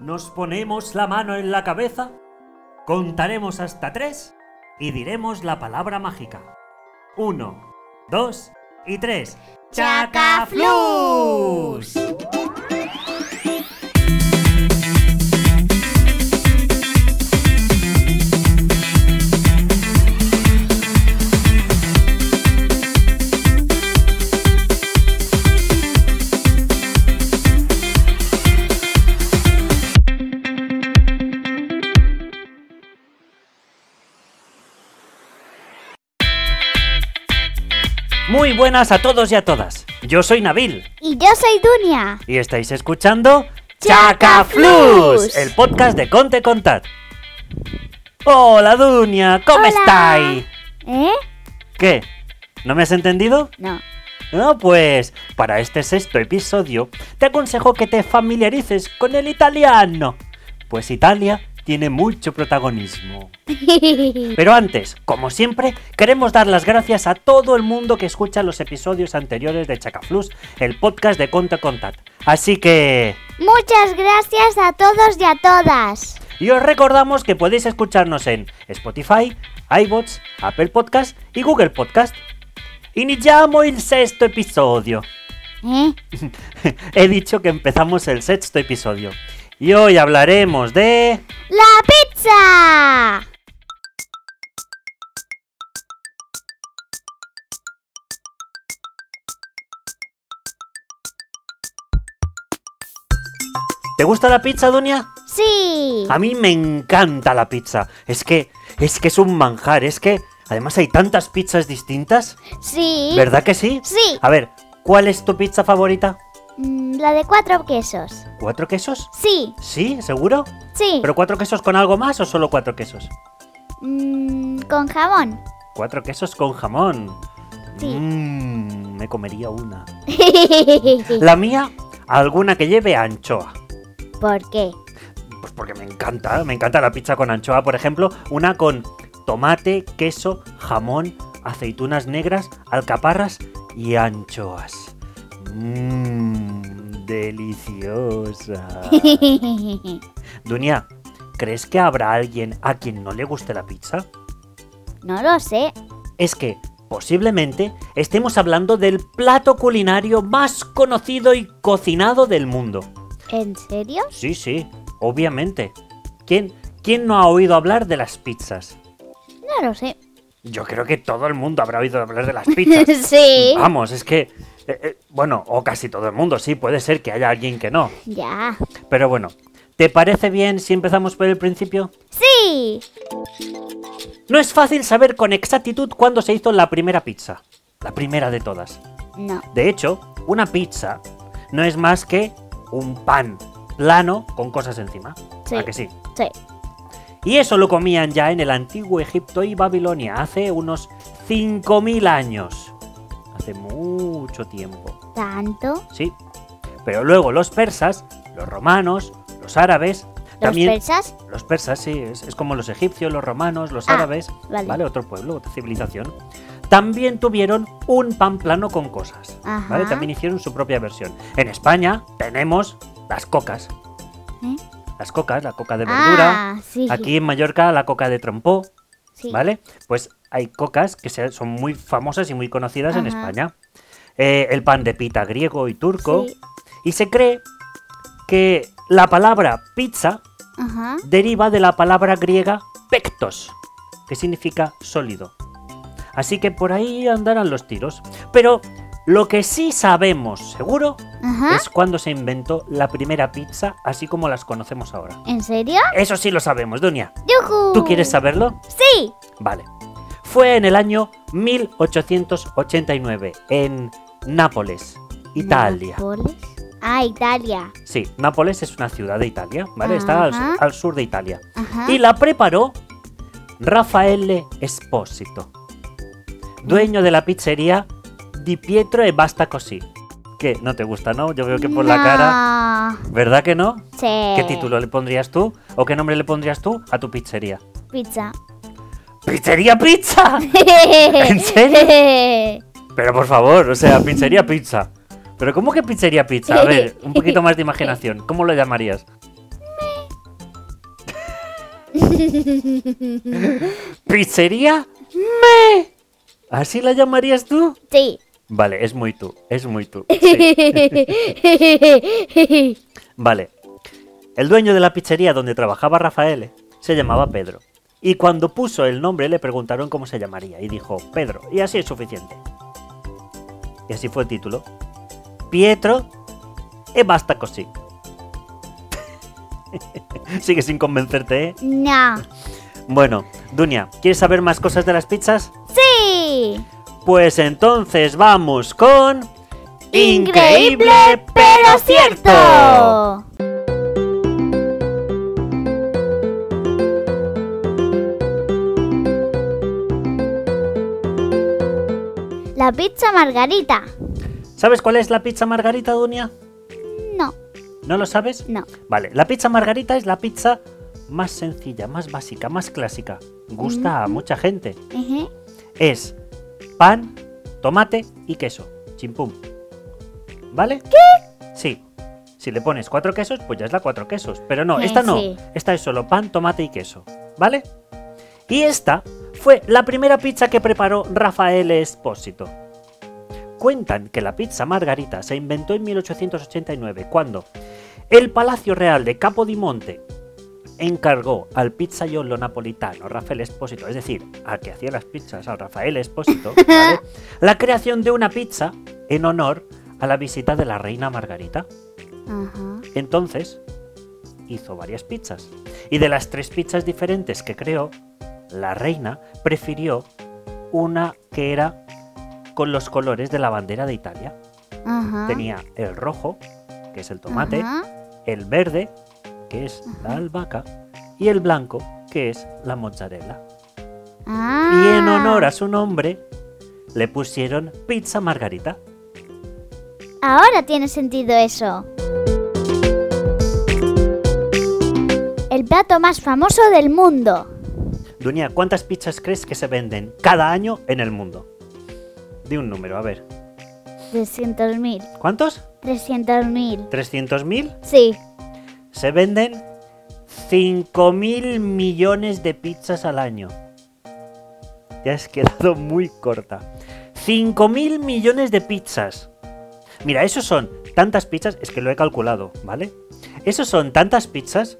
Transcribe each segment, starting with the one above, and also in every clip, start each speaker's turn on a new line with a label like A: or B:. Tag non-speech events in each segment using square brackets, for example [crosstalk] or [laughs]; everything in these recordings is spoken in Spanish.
A: nos ponemos la mano en la cabeza, contaremos hasta tres y diremos la palabra mágica. Uno, dos y tres.
B: ¡Chacaflús!
A: Muy buenas a todos y a todas. Yo soy Nabil
B: Y yo soy Dunia.
A: y estáis escuchando
B: ¡Chacaflús!
A: el podcast de Conte Contat. Hola Dunia, ¿cómo
B: Hola.
A: estáis?
B: ¿Eh?
A: ¿Qué? ¿No me has entendido?
B: No. [laughs]
A: No, pues para este sexto episodio te aconsejo que te familiarices con el italiano, pues Italia tiene mucho protagonismo. Pero antes, como siempre, queremos dar las gracias a todo el mundo que escucha los episodios anteriores de Chacaflus, el podcast de Conta Contat. Así que...
B: Muchas gracias a todos y a todas.
A: Y os recordamos que podéis escucharnos en Spotify, iBots, Apple Podcast y Google Podcast. Iniciamos el sexto episodio.
B: ¿Eh?
A: He dicho que empezamos el sexto episodio. Y hoy hablaremos de...
B: ¡La pizza!
A: ¿Te gusta la pizza, Dunia?
B: Sí.
A: A mí me encanta la pizza. Es que... Es que es un manjar. Es que... Además hay tantas pizzas distintas.
B: Sí.
A: ¿Verdad que sí?
B: Sí.
A: A ver, ¿cuál es tu pizza favorita?
B: Mm, La de cuatro quesos.
A: ¿Cuatro quesos?
B: Sí,
A: Sí, seguro.
B: sí.
A: ¿Pero cuatro quesos con algo más o solo cuatro quesos?
B: Mm, con jabón.
A: Cuatro quesos con jamón.
B: Sí.
A: Mmm, me comería una. La mía, alguna que lleve anchoa.
B: [laughs] ¿Por qué? [laughs]
A: Pues porque me encanta, me encanta la pizza con anchoa, por ejemplo, una con tomate, queso, jamón, aceitunas negras, alcaparras y anchoas. Mmm, deliciosa.
B: [laughs]
A: Dunia, ¿crees que habrá alguien a quien no le guste la pizza?
B: no lo sé.
A: es que posiblemente estemos hablando del plato culinario más conocido y cocinado del mundo.
B: ¿En serio?
A: Sí, sí, obviamente. ¿Quién, quién no ha oído hablar de las pizzas?
B: No lo sé.
A: Yo creo que todo el mundo habrá oído hablar de
B: [laughs]
A: las pizzas.
B: sí.
A: Vamos, es que... eh, eh, bueno, o casi todo el mundo, sí, puede ser que haya alguien que no.
B: Ya.
A: Pero bueno, ¿te parece bien si empezamos por el principio?
B: Sí.
A: No es fácil saber con exactitud cuándo se hizo la primera pizza. La primera de todas.
B: No.
A: De hecho, una pizza no es más que un pan plano con cosas encima.
B: Sí.
A: ¿A que sí?
B: Sí.
A: Y eso lo comían ya en el antiguo Egipto y Babilonia hace unos 5.000 años. Hace mucho tiempo.
B: ¿Tanto?
A: Sí. Pero luego los persas, los romanos, los árabes,
B: ¿Los
A: también...
B: persas?
A: Los persas, sí, es, es como los egipcios, los romanos, los
B: Ah,
A: árabes,
B: vale.
A: Otro pueblo, otra civilización. También tuvieron un pan plano con cosas, ¿vale?
B: Ajá.
A: También hicieron su propia versión. En España tenemos las cocas,
B: ¿Eh?
A: las cocas, la coca de verdura.
B: Ah, sí.
A: Aquí en Mallorca la coca de trompó,
B: Sí.
A: ¿vale? Pues hay cocas que se- son muy famosas y muy conocidas en
B: Ajá.
A: España. Eh, el pan de pita griego y turco.
B: Sí.
A: Y se cree que la palabra pizza
B: Ajá.
A: deriva de la palabra griega pectos, que significa sólido. Así que por ahí andarán los tiros. Pero lo que sí sabemos seguro
B: Ajá.
A: es cuándo se inventó la primera pizza, así como las conocemos ahora.
B: ¿En serio?
A: Eso sí lo sabemos, Dunia.
B: ¡Yujú!
A: ¿Tú quieres saberlo?
B: Sí.
A: Vale. Fue en el año 1889, en Nápoles, Italia.
B: ¿Nápoles? Ah, Italia.
A: Sí, Nápoles es una ciudad de Italia, ¿vale? Está al,
B: Ajá.
A: al sur de Italia.
B: Ajá.
A: y la preparó Raffaele Espósito, dueño de la pizzería Di Pietro e Basta Così. Que no te gusta, ¿no? Yo veo que por la cara.
B: cara.
A: ¿Verdad que no?
B: Sí.
A: ¿Qué título le pondrías tú o qué nombre le pondrías tú a tu pizzería?
B: Pizza.
A: ¡Pizzería
B: [laughs]
A: Pizza! ¿En
B: serio?
A: Pero por favor, o sea, pizzería Pizza. ¿Pero cómo que pizzería Pizza? A ver, un poquito más de imaginación. ¿Cómo lo llamarías? ¿Pizzería? ¡Me! ¿Así la llamarías tú?
B: [laughs] Sí. [laughs]
A: Vale, es muy tú, es muy tú. sí. Vale. El dueño de la pizzería donde trabajaba Rafael se llamaba Pedro. Y cuando puso el nombre le preguntaron cómo se llamaría y dijo Pedro. Y así es suficiente. Y así fue el título. Pietro e basta così. [laughs] Sigue sin convencerte, ¿eh?
B: no.
A: Bueno, Dunia, ¿quieres saber más cosas de las pizzas?
B: Sí.
A: Pues entonces vamos con...
B: La pizza margarita.
A: ¿Sabes cuál es la pizza margarita, Dunia?
B: No,
A: ¿No lo sabes?
B: no.
A: Vale, la pizza margarita es la pizza más sencilla, más básica, más clásica. Gusta a mucha gente.
B: Ujú.
A: Es pan, tomate y queso. Chimpum. ¿Vale? ¿Qué? Sí. Si le pones cuatro quesos, pues ya es la cuatro quesos. Pero no,
B: Eh,
A: esta no.
B: sí.
A: Esta es solo pan, tomate y queso. ¿Vale? Y esta fue la primera pizza que preparó Rafael Espósito. Cuentan que la pizza margarita se inventó en 1889, cuando el Palacio Real de Capodimonte encargó al pizzaiolo napolitano Rafael Espósito, es decir, al que hacía las pizzas, a Rafael Espósito, ¿vale? la creación de una pizza en honor a la visita de la reina Margarita.
B: Ajá.
A: Entonces, hizo varias pizzas. Y de las tres pizzas diferentes que creó, la reina prefirió una que era con los colores de la bandera de Italia.
B: Ajá.
A: Tenía el rojo, que es el tomate,
B: Ah. Ajá.
A: el verde, que es la albahaca, y el blanco, que es la mozzarella.
B: Ah.
A: Y en honor a su nombre, le pusieron pizza margarita.
B: Ahora tiene sentido eso. El plato más famoso del mundo.
A: Dunia, ¿cuántas pizzas crees que se venden cada año en el mundo? Di un número, a ver.
B: 300.000.
A: ¿Cuántos?
B: 300.000.
A: ¿300.000?
B: Sí.
A: Se venden 5.000 millones de pizzas al año. Te has quedado muy corta. 5.000 millones de pizzas. Mira, esos son tantas pizzas, es que lo he calculado, ¿vale? Esos son tantas pizzas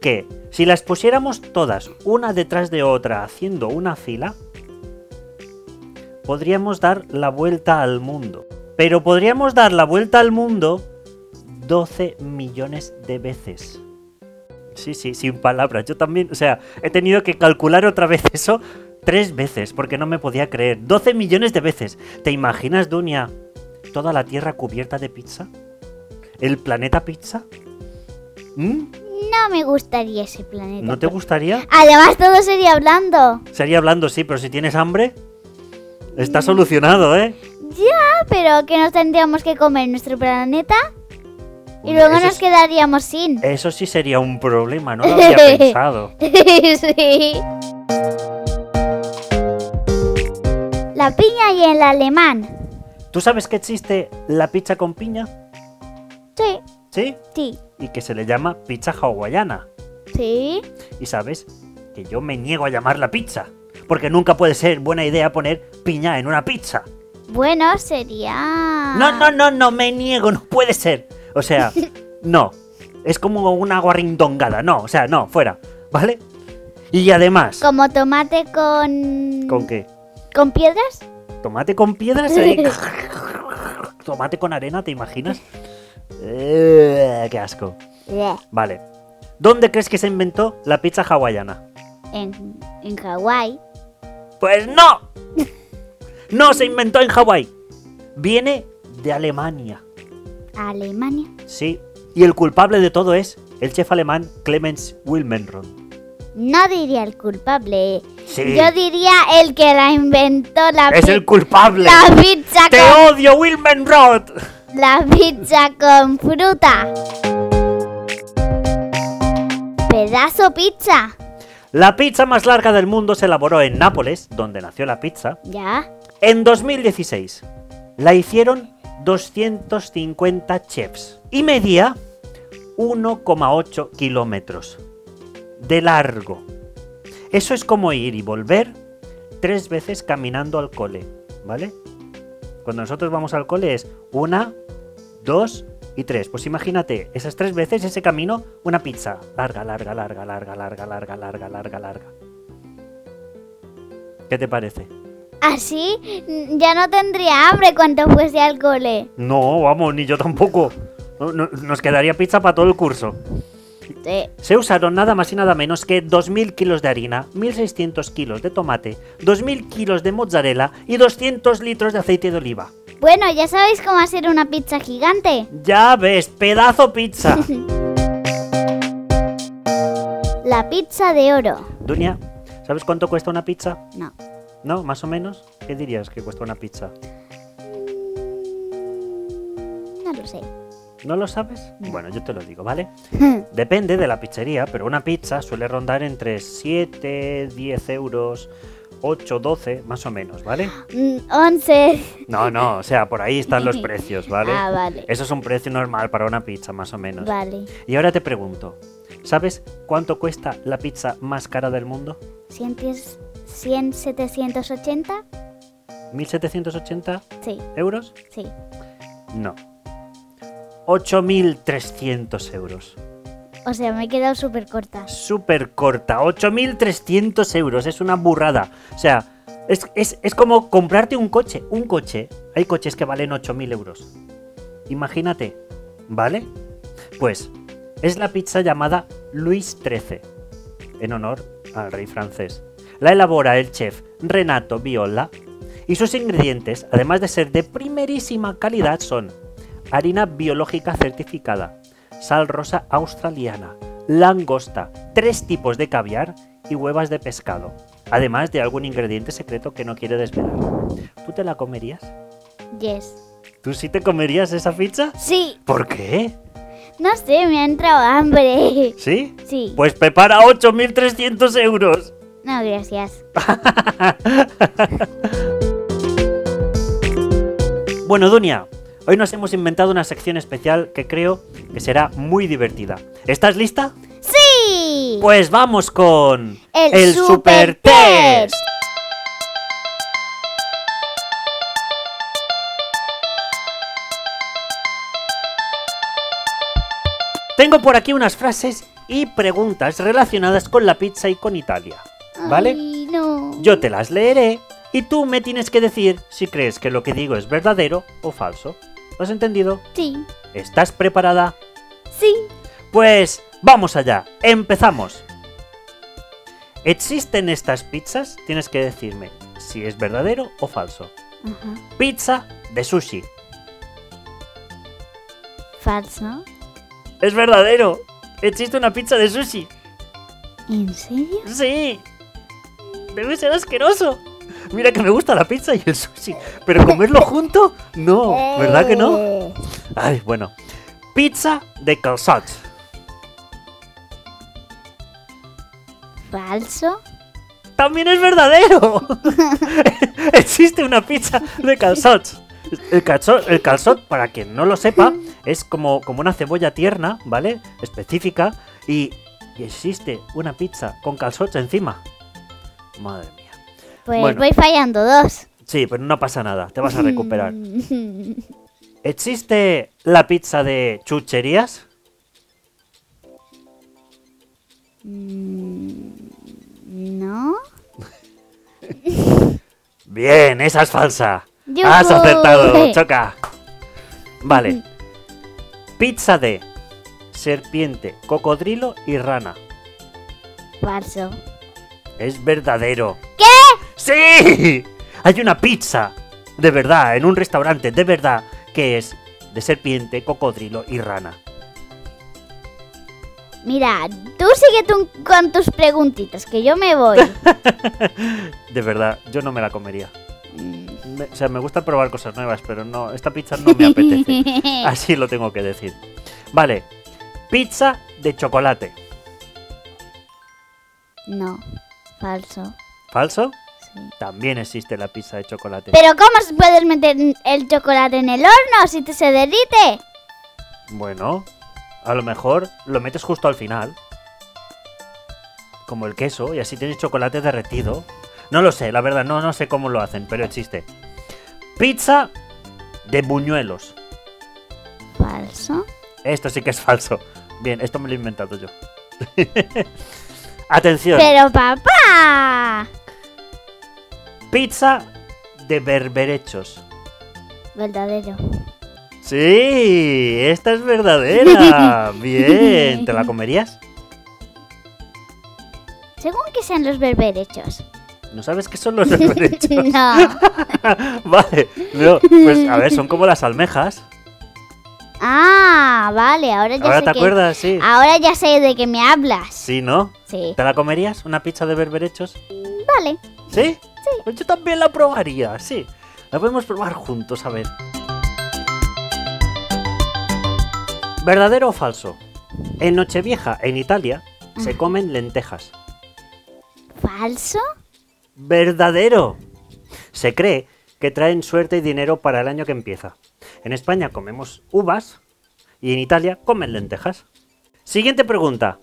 A: que si las pusiéramos todas una detrás de otra haciendo una fila, podríamos dar la vuelta al mundo. Pero podríamos dar la vuelta al mundo 12 millones de veces. Sí, sí, sin palabras. Yo también, o sea, he tenido que calcular otra vez [laughs] eso tres veces porque no me podía creer. 12 millones de veces. ¿Te imaginas, Dunia, toda la Tierra cubierta de pizza? ¿El planeta pizza? ¿Mm?
B: No me gustaría ese planeta.
A: ¿No te gustaría?
B: Además, todo sería blando.
A: Sería hablando, sí, pero si tienes hambre, está solucionado, ¿eh?
B: Ya, pero que nos tendríamos que comer nuestro planeta y
A: Uy,
B: luego
A: eso
B: nos
A: es- Eh.
B: quedaríamos sin.
A: Eso sí sería un problema, no lo había pensado.
B: [laughs] sí. La piña y el alemán.
A: ¿Tú sabes que existe la pizza con piña?
B: Sí,
A: ¿Sí?
B: sí,
A: Y que se le llama pizza hawaiana.
B: sí.
A: Y sabes que yo me niego a llamarla pizza. Porque nunca puede ser buena idea poner piña en una pizza.
B: Bueno, sería.
A: No, no, no, no, me niego, no puede ser. O sea, no. Es como una guarrindongada, no, o sea, no, fuera. ¿Vale? Y además...
B: Como tomate con.
A: ¿Con qué?
B: ¿Con piedras?
A: ¿Tomate con piedras? ahí. ¿Tomate con arena, te imaginas? Eh, ¡Qué asco! Vale. ¿Dónde crees que se inventó la pizza hawaiana?
B: En, en Hawái.
A: Pues no. No se inventó en Hawái. Viene de Alemania.
B: Alemania.
A: Sí. Y el culpable de todo es el chef alemán Clemens Wilmenron.
B: No diría el culpable.
A: Sí.
B: Yo diría el que la inventó la
A: Es
B: pi-
A: el culpable.
B: La pizza
A: ¡Te
B: con,
A: odio, Wilmenrod!
B: la pizza con fruta. Pedazo pizza.
A: La pizza más larga del mundo se elaboró en Nápoles, donde nació la pizza,
B: Ya.
A: En 2016 la hicieron 250 chefs y medía 1,8 kilómetros de largo. Eso es como ir y volver tres veces caminando al cole, ¿vale? Cuando nosotros vamos al cole es una, dos y tres. Pues imagínate, esas tres veces ese camino, una pizza. Larga, larga, larga, larga, larga, larga, larga, larga, larga. ¿Qué te parece?
B: Así mm, ya no tendría hambre cuando fuese al cole.
A: No, vamos, ni yo tampoco. No- no- nos quedaría pizza para todo el curso.
B: Sí.
A: Se usaron nada más y nada menos que 2.000 kilos de harina, 1.600 kilos de tomate, 2.000 kilos de mozzarella y 200 litros de aceite de oliva.
B: Bueno, ya sabéis cómo hacer una pizza gigante.
A: Ya ves, pedazo pizza.
B: La pizza de oro.
A: Dunia, ¿sabes cuánto cuesta una pizza?
B: No.
A: ¿No? ¿Más o menos? ¿Qué dirías que cuesta una pizza?
B: No lo sé. [laughs]
A: ¿No lo sabes? Bueno, yo te lo digo, ¿vale? Depende de la pizzería, pero una pizza suele rondar entre 7, 10 euros, 8, 12, más o menos, ¿vale?
B: Mm, Once.
A: No, no, o sea, por ahí están los precios, ¿vale? Eh,
B: Ah, vale.
A: Eso es un precio normal para una pizza, más o menos.
B: Vale.
A: Y ahora te pregunto, ¿sabes cuánto cuesta la pizza más cara del mundo?
B: 100, 100, 780.
A: ¿1780
B: Sí,
A: euros?
B: sí.
A: No. 8.300 euros.
B: O sea, me he quedado súper corta.
A: Súper corta. 8.300 euros. Es una burrada. O sea, es, es- es como comprarte un coche. Un coche. Hay coches que valen 8.000 euros. Imagínate. ¿Vale? Pues es la pizza llamada Luis XIII. En honor al rey francés. La elabora el chef Renato Viola. Y sus ingredientes, además de ser de primerísima calidad, son harina biológica certificada, sal rosa australiana, langosta, tres tipos de caviar y huevas de pescado, además de algún ingrediente secreto que no quiere desvelar. ¿Tú te la comerías?
B: Yes.
A: ¿Tú sí te comerías esa pizza?
B: Sí.
A: ¿Por qué?
B: No sé, me ha entrado hambre. [laughs]
A: ¿Sí?
B: Sí.
A: Pues prepara 8.300 euros.
B: No, gracias.
A: Bueno, Dunia, hoy nos hemos inventado una sección especial que creo que será muy divertida. ¿Estás lista?
B: Sí.
A: Pues vamos con
B: El
A: super
B: Super
A: test.
B: Test.
A: Tengo por aquí unas frases y preguntas relacionadas con la pizza y con Italia, ¿vale?
B: Ay, no.
A: Yo te las leeré y tú me tienes que decir si crees que lo que digo es verdadero o falso. ¿Lo has entendido?
B: Sí.
A: ¿Estás preparada?
B: Sí.
A: Pues vamos allá, empezamos. ¿Existen estas pizzas? Tienes que decirme si es verdadero o falso.
B: Ajá.
A: Pizza de sushi.
B: Falso.
A: Es verdadero. Existe una pizza de sushi.
B: ¿En serio?
A: Sí. Debe ser asqueroso. Mira que me gusta la pizza y el sushi, pero comerlo junto, no, ¿verdad que no?
B: Eh,
A: Ay, bueno. Pizza de calzot.
B: Falso.
A: También es verdadero. [laughs] Existe una pizza de calzot. El calzot, el calzot, para quien no lo sepa, es como, como una cebolla tierna, ¿vale? Específica. Y, y existe una pizza con calzot encima. Madre mía.
B: Pues
A: Bueno.
B: voy fallando dos.
A: Sí, pero no pasa nada, te vas a recuperar.
B: [laughs] Mm,
A: ¿Existe la pizza de chucherías?
B: mm, ¿No?
A: Bien, esa es falsa.
B: ¡Yujú!
A: Has acertado, choca. Vale. Pizza de serpiente, cocodrilo y rana.
B: Falso.
A: Es verdadero. ¿Qué? ¡Sí! Hay una pizza, de verdad, en un restaurante, de verdad, que es de serpiente, cocodrilo y rana.
B: Mira, tú sigue tú con tus preguntitas, que yo me
A: [laughs]
B: voy.
A: De verdad, yo no me la comería. Me- o sea, me gusta probar cosas nuevas, pero no, esta pizza no me
B: [laughs]
A: apetece. Así lo tengo que decir. Vale. Pizza de chocolate.
B: no, falso.
A: ¿Falso?
B: sí.
A: También existe la pizza de chocolate.
B: Pero ¿cómo se puedes meter el chocolate en el horno si te se derrite?
A: Bueno, a lo mejor lo metes justo al final. como el queso, y así tienes chocolate derretido. No lo sé, la verdad, no, no sé cómo lo hacen, pero existe. Pizza de buñuelos.
B: Falso.
A: Esto sí que es falso. Bien, esto me lo he inventado yo. [laughs] Atención,
B: Pero papá.
A: pizza de berberechos.
B: Verdadero.
A: Sí, esta es verdadera. Bien, ¿te la comerías?
B: Según que sean los berberechos. [laughs]
A: ¿No sabes qué son los berberechos?
B: no.
A: [laughs] vale, no, pues a ver, son como las almejas.
B: Ah, vale, ahora [laughs] ya
A: Ahora
B: sé
A: te
B: que- Ah.
A: acuerdas, sí.
B: Ahora ya sé de qué me hablas.
A: Sí, ¿no?
B: Sí.
A: ¿Te la comerías? ¿Una pizza de berberechos?
B: Vale.
A: ¿Sí? Sí. Pues yo también la probaría, sí. La podemos probar juntos, a ver. ¿Verdadero o falso? En Nochevieja, en Italia, se comen lentejas.
B: ¿Falso?
A: ¡Verdadero! Se cree que traen suerte y dinero para el año que empieza. En España comemos uvas y en Italia comen lentejas. Siguiente pregunta.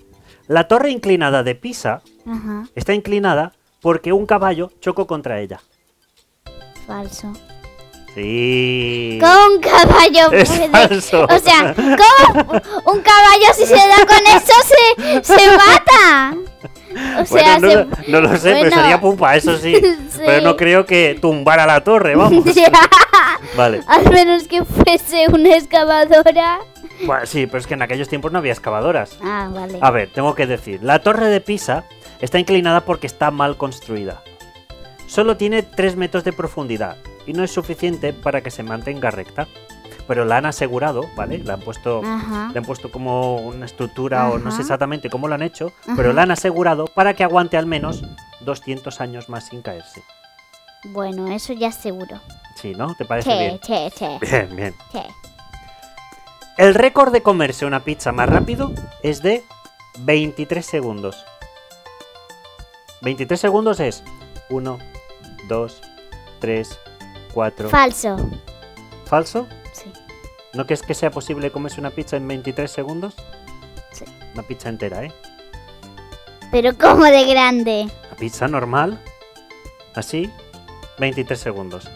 A: La torre inclinada de Pisa
B: Ajá.
A: está inclinada porque un caballo chocó contra ella.
B: Falso.
A: Sí.
B: Con caballo
A: Es
B: puede-
A: falso.
B: O sea, ¿cómo? Un caballo si se da con eso se, se mata. O sea,
A: Bueno, no,
B: se...
A: lo- no lo sé, pero
B: bueno.
A: sería pupa, eso
B: [laughs]
A: sí.
B: Sí.
A: Pero no creo que tumbara la torre, vamos.
B: [laughs]
A: Vale.
B: Al menos que fuese una excavadora.
A: Bueno, sí, pero es que en aquellos tiempos no había excavadoras.
B: Ah, vale.
A: A ver, tengo que decir, la torre de Pisa está inclinada porque está mal construida. Solo tiene 3 metros de profundidad y no es suficiente para que se mantenga recta. Pero la han asegurado, ¿vale? La han puesto
B: Ajá.
A: Le han puesto como una estructura o no sé
B: Ajá.
A: exactamente cómo lo han hecho,
B: Ajá.
A: pero la han asegurado para que aguante al menos 200 años más sin caerse.
B: Bueno, eso ya seguro.
A: Sí, ¿no? ¿Te parece
B: Che,
A: bien?
B: che, che,
A: Bien, bien.
B: che.
A: El récord de comerse una pizza más rápido es de 23 segundos. 23 segundos es 1, 2, 3, 4.
B: Falso.
A: ¿Falso?
B: Sí.
A: ¿No crees que sea posible comerse una pizza en 23 segundos?
B: Sí.
A: Una pizza entera, ¿eh?
B: Pero como de grande.
A: La pizza normal. Así. 23 segundos.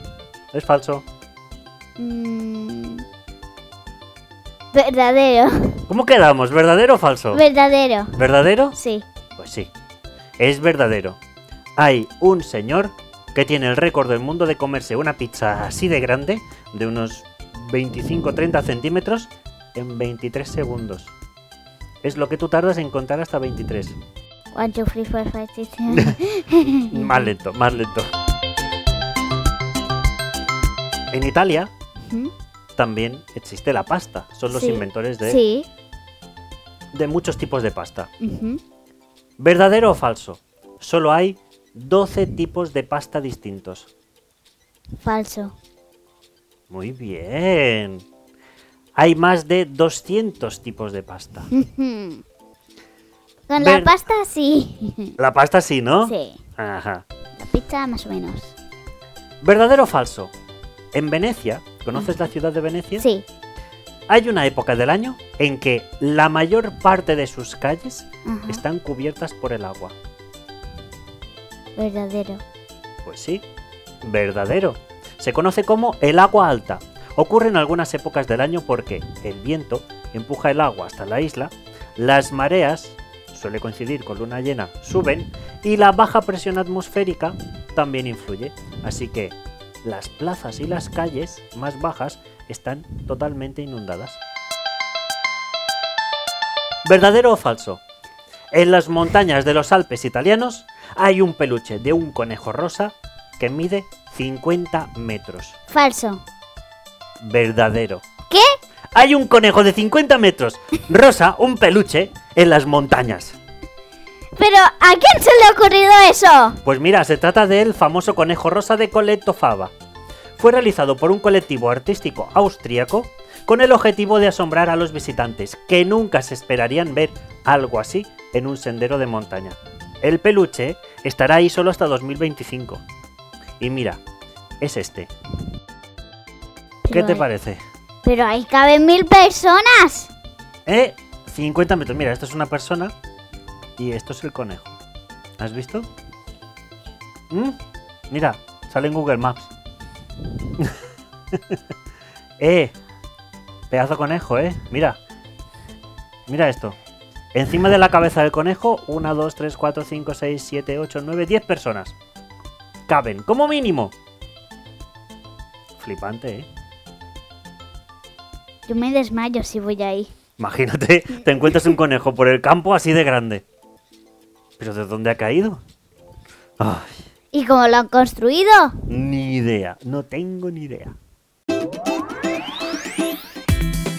A: Es falso.
B: Mm. Verdadero.
A: ¿Cómo quedamos? ¿Verdadero o falso?
B: Verdadero.
A: ¿Verdadero?
B: Sí.
A: Pues sí. Es verdadero. Hay un señor que tiene el récord del mundo de comerse una pizza así de grande, de unos 25-30 centímetros, en 23 segundos. Es lo que tú tardas en contar hasta 23.
B: One, two, three, four, five, six,
A: [laughs] Más lento, más lento. En Italia
B: Ujú.
A: también existe la pasta. Son los
B: Sí.
A: inventores de,
B: Sí.
A: de muchos tipos de pasta.
B: Ujú.
A: ¿Verdadero o falso? Solo hay 12 tipos de pasta distintos. [laughs]
B: Falso.
A: Muy bien. Hay más de 200 tipos de pasta.
B: Ujú. Con
A: Ver-
B: la pasta sí.
A: La pasta sí, ¿no?
B: Sí.
A: Ajá.
B: La pizza más o menos.
A: ¿Verdadero o falso? En Venecia, ¿conoces la ciudad de Venecia?
B: Sí.
A: Hay una época del año en que la mayor parte de sus calles
B: Ajá.
A: están cubiertas por el agua.
B: Verdadero.
A: Pues sí, verdadero. Se conoce como el agua alta. Ocurre en algunas épocas del año porque el viento empuja el agua hasta la isla, las mareas, suele coincidir con luna llena, suben y la baja presión atmosférica también influye. Así que las plazas y las calles más bajas están totalmente inundadas. ¿Verdadero o falso? En las montañas de los Alpes italianos hay un peluche de un conejo rosa que mide 50 metros.
B: Falso.
A: Verdadero.
B: ¿Qué?
A: Hay un conejo de 50 metros rosa, un peluche, en las montañas.
B: Pero ¿a quién se le ha ocurrido eso?
A: Pues mira, se trata del famoso conejo rosa de Coletto Fava. Fue realizado por un colectivo artístico austríaco con el objetivo de asombrar a los visitantes, que nunca se esperarían ver algo así en un sendero de montaña. El peluche estará ahí solo hasta 2025. Y mira, es este. ¿Qué
B: Pero
A: te
B: ahí-
A: parece?
B: Pero ahí caben mil personas.
A: ¿Eh? 50 metros. Mira, esto es una persona y esto es el conejo. ¿Has visto? ¿Mm? Mira, sale en Google Maps. [laughs] eh, pedazo de conejo, eh. Mira, mira esto. Encima de la cabeza del conejo, 1, 2, 3, 4, 5, 6, 7, 8, 9, 10 personas. Caben, como mínimo. Flipante, eh.
B: Yo me desmayo si voy ahí.
A: Imagínate, te encuentras un conejo por el campo así de grande. ¿Pero de dónde ha caído? Ay.
B: ¿Y cómo lo han construido?
A: Ni idea, no tengo ni idea.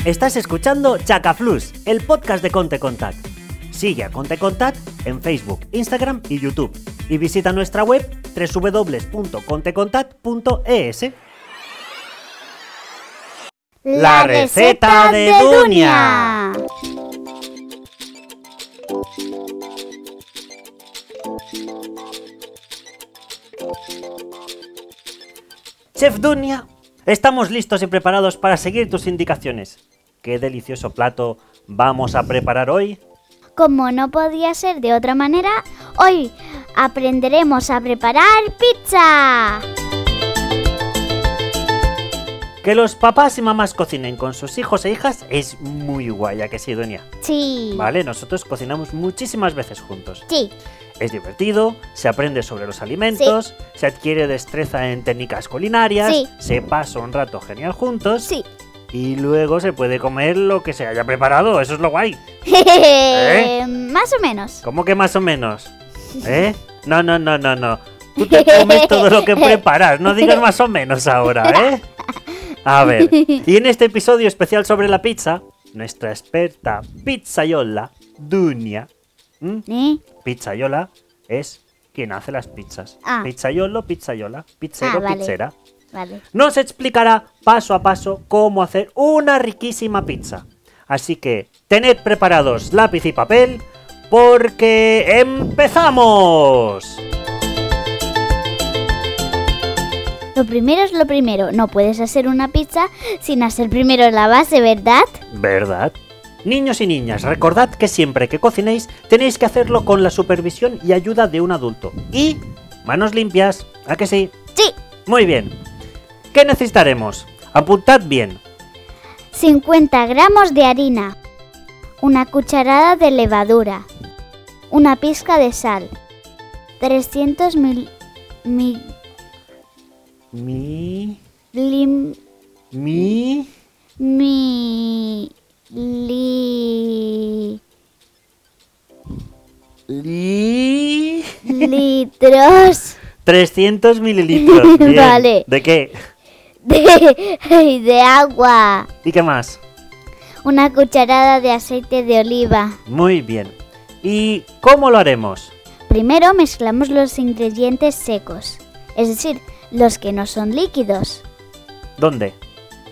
A: Estás escuchando Chacaflus, el podcast de Conte Contact. Sigue a Conte Contact en Facebook, Instagram y YouTube. Y visita nuestra web www.contecontact.es. La receta de Dunia. Chef Dunia, estamos listos y preparados para seguir tus indicaciones. ¿Qué delicioso plato vamos a preparar hoy?
B: Como no podía ser de otra manera, hoy aprenderemos a preparar pizza.
A: Que los papás y mamás cocinen con sus hijos e hijas es muy guay, ¿a que sí, Dunia?
B: Sí.
A: Vale, nosotros cocinamos muchísimas veces juntos.
B: Sí.
A: Es divertido, se aprende sobre los alimentos, se adquiere destreza en técnicas culinarias,
B: Sí.
A: se pasa un rato genial juntos
B: Sí.
A: y luego se puede comer lo que se haya preparado, eso es lo guay. ¿Eh?
B: [laughs] Más o menos.
A: ¿Cómo que más o menos?
B: [laughs]
A: ¿Eh? No, no, no, no, no. Tú te comes todo lo
B: [laughs]
A: que preparas, no digas más o menos ahora, ¿eh? A ver, y en este episodio especial sobre la pizza, nuestra experta pizzaiola, Dunia, ¿m?
B: ¿Eh?
A: Pizzaiola es quien hace las pizzas.
B: Ah.
A: Pizzaiolo, pizzaiola, pizzero,
B: Ah, vale.
A: pizzera.
B: Vale.
A: Nos explicará paso a paso cómo hacer una riquísima pizza. Así que tened preparados lápiz y papel porque empezamos.
B: Lo primero es lo primero. No puedes hacer una pizza sin hacer primero la base, ¿verdad?
A: ¿Verdad? Niños y niñas, recordad que siempre que cocinéis tenéis que hacerlo con la supervisión y ayuda de un adulto. Y manos limpias, ¿a que sí?
B: Sí.
A: Muy bien. ¿Qué necesitaremos? Apuntad bien.
B: 50 gramos de harina, una cucharada de levadura, una pizca de sal, 300 mil- mil-
A: Mi.
B: lim-
A: Mi.
B: mi- li-
A: [laughs] Li.
B: litros
A: 300 mililitros. Bien.
B: Vale.
A: ¿De qué?
B: de, de [laughs] agua,
A: ¿Y qué más?
B: una cucharada de aceite de oliva.
A: Muy bien. ¿Y cómo lo haremos?
B: Primero mezclamos los ingredientes secos, es decir, los que no son líquidos,
A: ¿Dónde?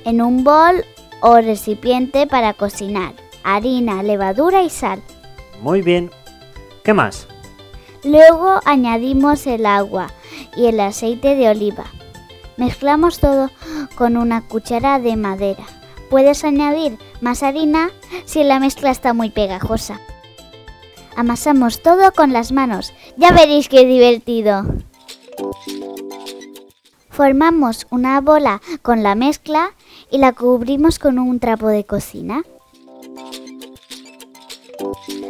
B: en un bol o recipiente para cocinar. Harina, levadura y sal.
A: Muy bien. ¿Qué más?
B: Luego añadimos el agua y el aceite de oliva. Mezclamos todo con una cuchara de madera. Puedes añadir más harina si la mezcla está muy pegajosa. Amasamos todo con las manos. Ya veréis qué divertido. Formamos una bola con la mezcla y la cubrimos con un trapo de cocina.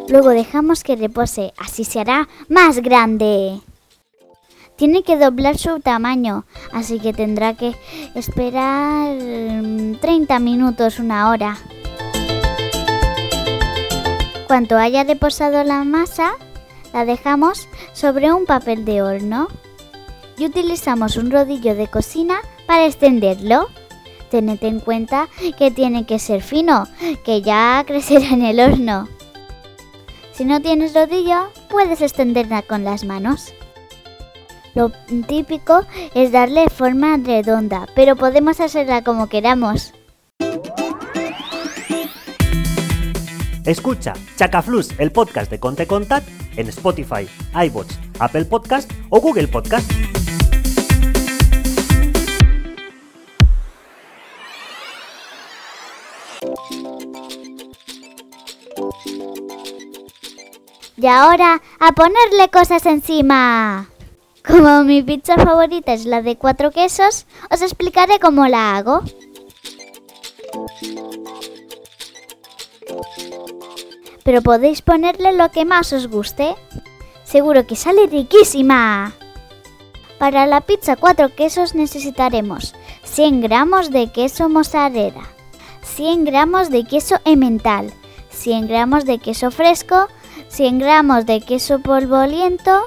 B: Luego dejamos que repose, así se hará más grande. Tiene que doblar su tamaño, así que tendrá que esperar mm, 30 minutos, una hora. Cuando haya reposado la masa, la dejamos sobre un papel de horno y utilizamos un rodillo de cocina para extenderlo. Tened en cuenta que tiene que ser fino, que ya [laughs] crecerá en el horno. Si no tienes rodillo, puedes extenderla con las manos. Lo típico es darle forma redonda, pero podemos hacerla como queramos.
A: Escucha Chacaflus, el podcast de Conte Contact en Spotify, iBots, Apple Podcast o Google Podcast. [laughs]
B: Y ahora a ponerle cosas encima. Como mi pizza favorita es la de cuatro quesos, os explicaré cómo la hago. Pero podéis ponerle lo que más os guste. Seguro que sale riquísima. Para la pizza cuatro quesos necesitaremos 100 gramos de queso mozzarella, 100 gramos de queso emmental, 100 gramos de queso fresco, 100 gramos de queso polvoriento,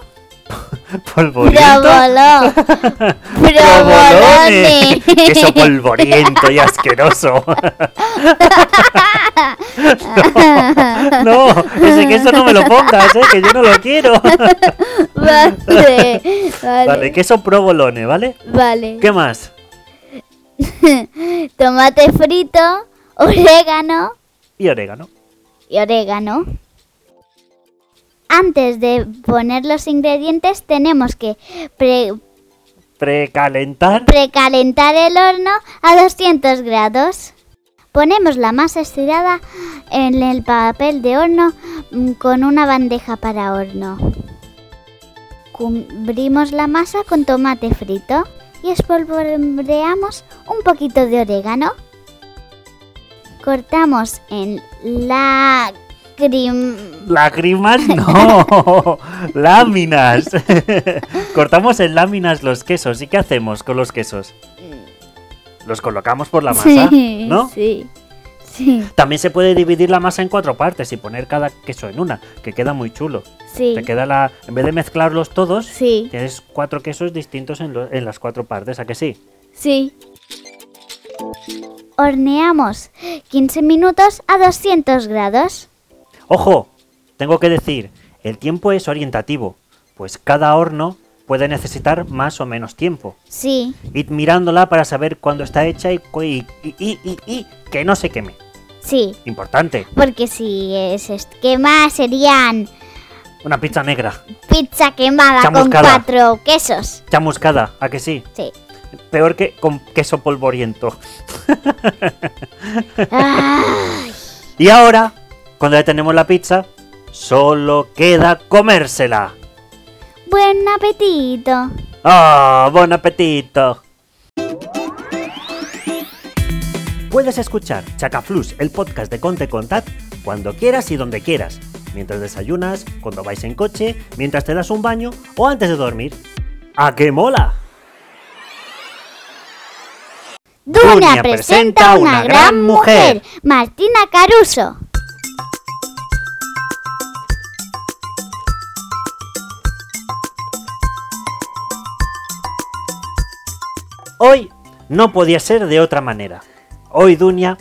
A: Polvoriento.
B: provolone,
A: Provolone.
B: provolone, [laughs]
A: Queso polvoriento y asqueroso. no, no, ese queso no me lo pongas, eh, que yo no lo quiero.
B: [laughs] vale,
A: Vale,
B: vale,
A: queso provolone, ¿vale?
B: vale,
A: ¿Qué más?
B: tomate frito, orégano
A: Y orégano.
B: y orégano. Antes de poner los ingredientes tenemos que pre-
A: Precalentar.
B: precalentar el horno a 200 grados. Ponemos la masa estirada en el papel de horno mm, con una bandeja para horno. Cubrimos la masa con tomate frito y espolvoreamos un poquito de orégano. Cortamos en la
A: Lágrimas, [laughs] no. láminas. [laughs] Cortamos en láminas los quesos. ¿Y qué hacemos con los quesos?
B: Mm.
A: Los colocamos por la masa, ¿no?
B: Sí. Sí.
A: También se puede dividir la masa en cuatro partes y poner cada queso en una, que queda muy chulo.
B: Sí.
A: Te queda la. En vez de mezclarlos todos,
B: Sí.
A: tienes cuatro quesos distintos en, lo- en las cuatro partes, ¿a que sí?
B: Sí. Horneamos 15 minutos a 200 grados.
A: ¡Ojo! Tengo que decir, el tiempo es orientativo, pues cada horno puede necesitar más o menos tiempo.
B: Sí,
A: Id mirándola para saber cuándo está hecha y, cu- y, y, y, y- y que no se queme.
B: sí.
A: Importante,
B: Porque si es est- quemada serían
A: una pizza negra,
B: pizza quemada
A: Chamuscada.
B: con cuatro quesos.
A: chamuscada, ¿a que sí?
B: Sí. [laughs]
A: Peor que con queso polvoriento.
B: Ay,
A: Y ahora, cuando ya tenemos la pizza, solo queda comérsela.
B: buen apetito.
A: ¡Ah, buen apetito! Puedes escuchar Chacaflus, el podcast de Conte Contat, cuando quieras y donde quieras. Mientras desayunas, cuando vais en coche, mientras te das un baño o antes de dormir. ¡A qué mola!
B: Dunia presenta una gran mujer, Martina Caruso.
A: Hoy no podía ser de otra manera. Hoy, Dunia,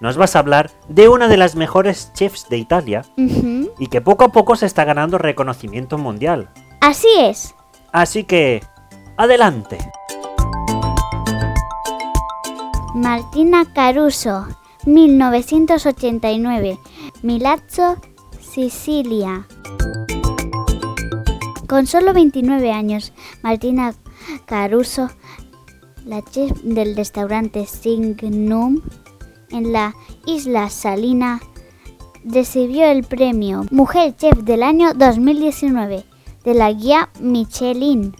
A: nos vas a hablar de una de las mejores chefs de Italia
B: Ujú,
A: y que poco a poco se está ganando reconocimiento mundial.
B: Así es.
A: Así que, adelante.
B: Martina Caruso, 1989, Milazzo, Sicilia. Con solo 29 años, Martina Caruso, la chef del restaurante Signum en la isla Salina, recibió el premio Mujer Chef del año 2019 de la guía Michelin.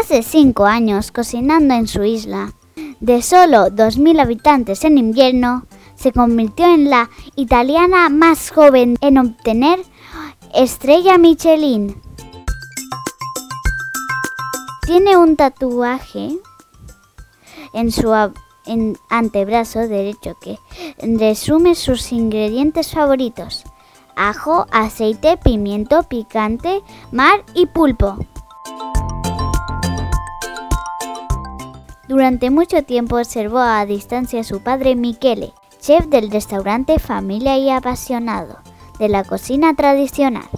B: Hace cinco años, cocinando en su isla, de solo 2.000 habitantes en invierno, se convirtió en la italiana más joven en obtener estrella Michelin. Tiene un tatuaje en su ab- en antebrazo derecho que resume sus ingredientes favoritos. Ajo, aceite, pimiento, picante, mar y pulpo. Durante mucho tiempo observó a distancia a su padre Michele, chef del restaurante Familia y apasionado de la cocina tradicional.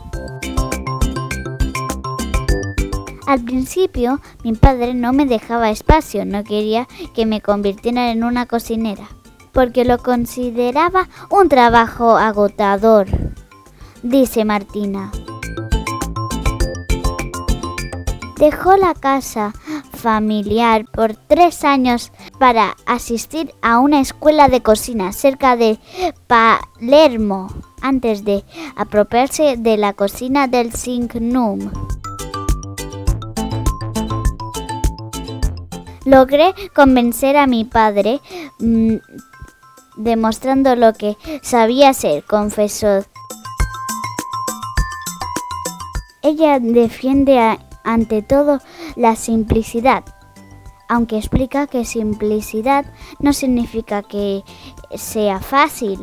B: Al principio, mi padre no me dejaba espacio, no quería que me convirtiera en una cocinera, porque lo consideraba un trabajo agotador, dice Martina. Dejó la casa familiar por tres años para asistir a una escuela de cocina cerca de Palermo antes de apropiarse de la cocina del signum. Logré convencer a mi padre mm, demostrando lo que sabía hacer, confesó. Ella defiende a- ante todo la simplicidad, aunque explica que simplicidad no significa que sea fácil.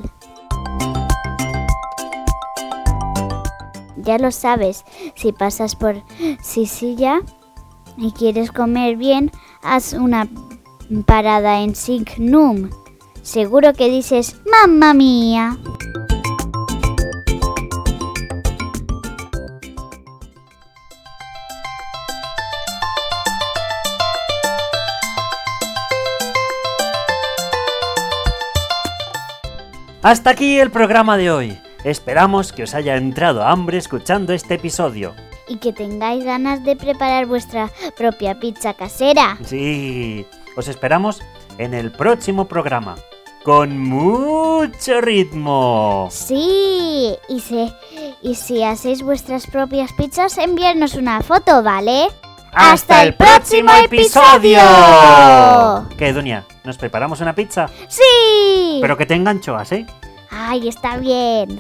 B: Ya lo sabes, si pasas por Sicilia y quieres comer bien, haz una parada en Signum. Seguro que dices, mamma mía.
A: Hasta aquí el programa de hoy. Esperamos que os haya entrado hambre escuchando este episodio.
B: Y que tengáis ganas de preparar vuestra propia pizza casera.
A: Sí, os esperamos en el próximo programa. Con mucho ritmo.
B: Sí, y si, y si hacéis vuestras propias pizzas, enviarnos una foto, ¿vale? ¡Hasta el próximo episodio!
A: ¿Qué, Dunia? ¿Nos preparamos una pizza?
B: ¡Sí!
A: [laughs] Pero que tengan choas, ¿eh? [laughs]
B: ¡Ay, está bien!